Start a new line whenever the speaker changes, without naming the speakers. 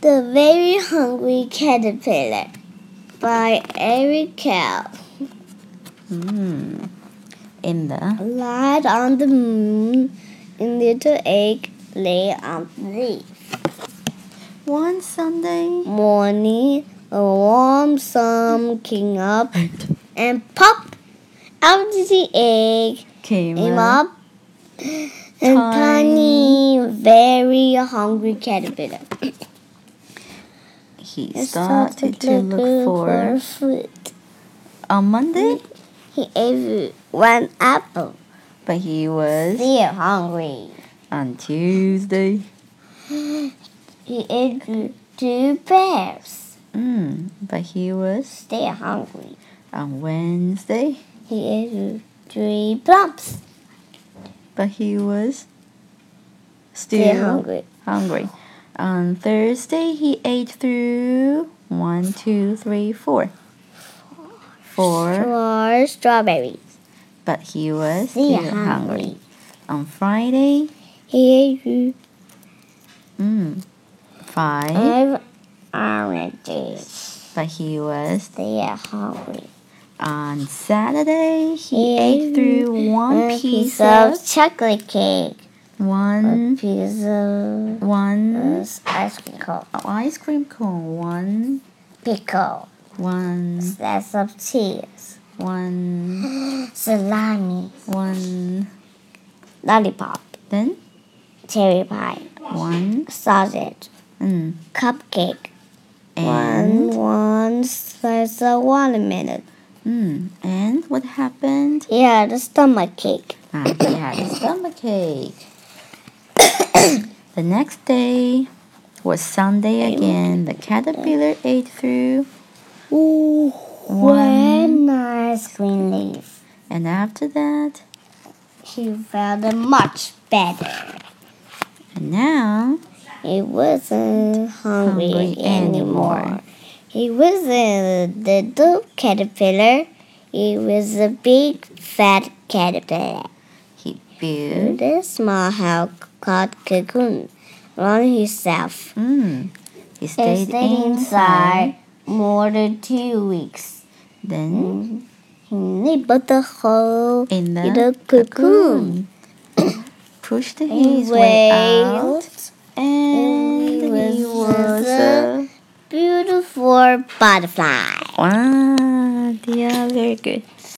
The Very Hungry Caterpillar by Eric Kell.
Mm. In the
Light on the moon, a little egg lay on the leaf.
one Sunday,
Morning, a warm sun came up and pop out the egg
came
came
a
up. And
Tiny.
tiny, very hungry caterpillar.
He
It
started to look for
food.
on Monday,
He ate one apple.
but he was
Still hungry.
on Tuesday.
He ate two pears.
Mm. But he was
Still hungry.
on Wednesday,
He ate three plums.
but he was
Still
still
hungry.
hungry. On Thursday, he ate through one, two, three, four. Four,
Four strawberries.
but he was
Still
still hungry.
hungry.
On Friday,
He ate
mm,
five
five,
oranges.
but he was
Still hungry.
on Saturday. He
He
ate
ate
through one
A
piece of Hmm?
chocolate cake. A
one,
piece of uh.
one
ice cream cone.
ice cream cone, one,
Pickle.
one,
Slice of cheese.
one,
Salami.
one.
Lollipop.
Then
Cherry pie.
one,
Sausage.
mm,
Cupcake.
and
One, one slice of watermelon.
Mm, and what happened?
Yeah, the stomach cake.
Ah, he had a stomach ache. the next day was Sunday again. The caterpillar ate through,
Ooh, one
One.
nice green leaf.
and after that,
He felt much better.
and now,
He wasn't hungry,
Hungry anymore.
anymore. He wasn't a little caterpillar. He was a big fat caterpillar.
he built.
The small house called cocoon around himself.
Mm,
They
he stayed,
stayed inside more than two weeks.
Then,
He nibbled the hole
in the
in the cocoon.
pushed
He
his way out, and
and
he
he was
was, a.
beautiful butterfly.
Wow, yeah, very good.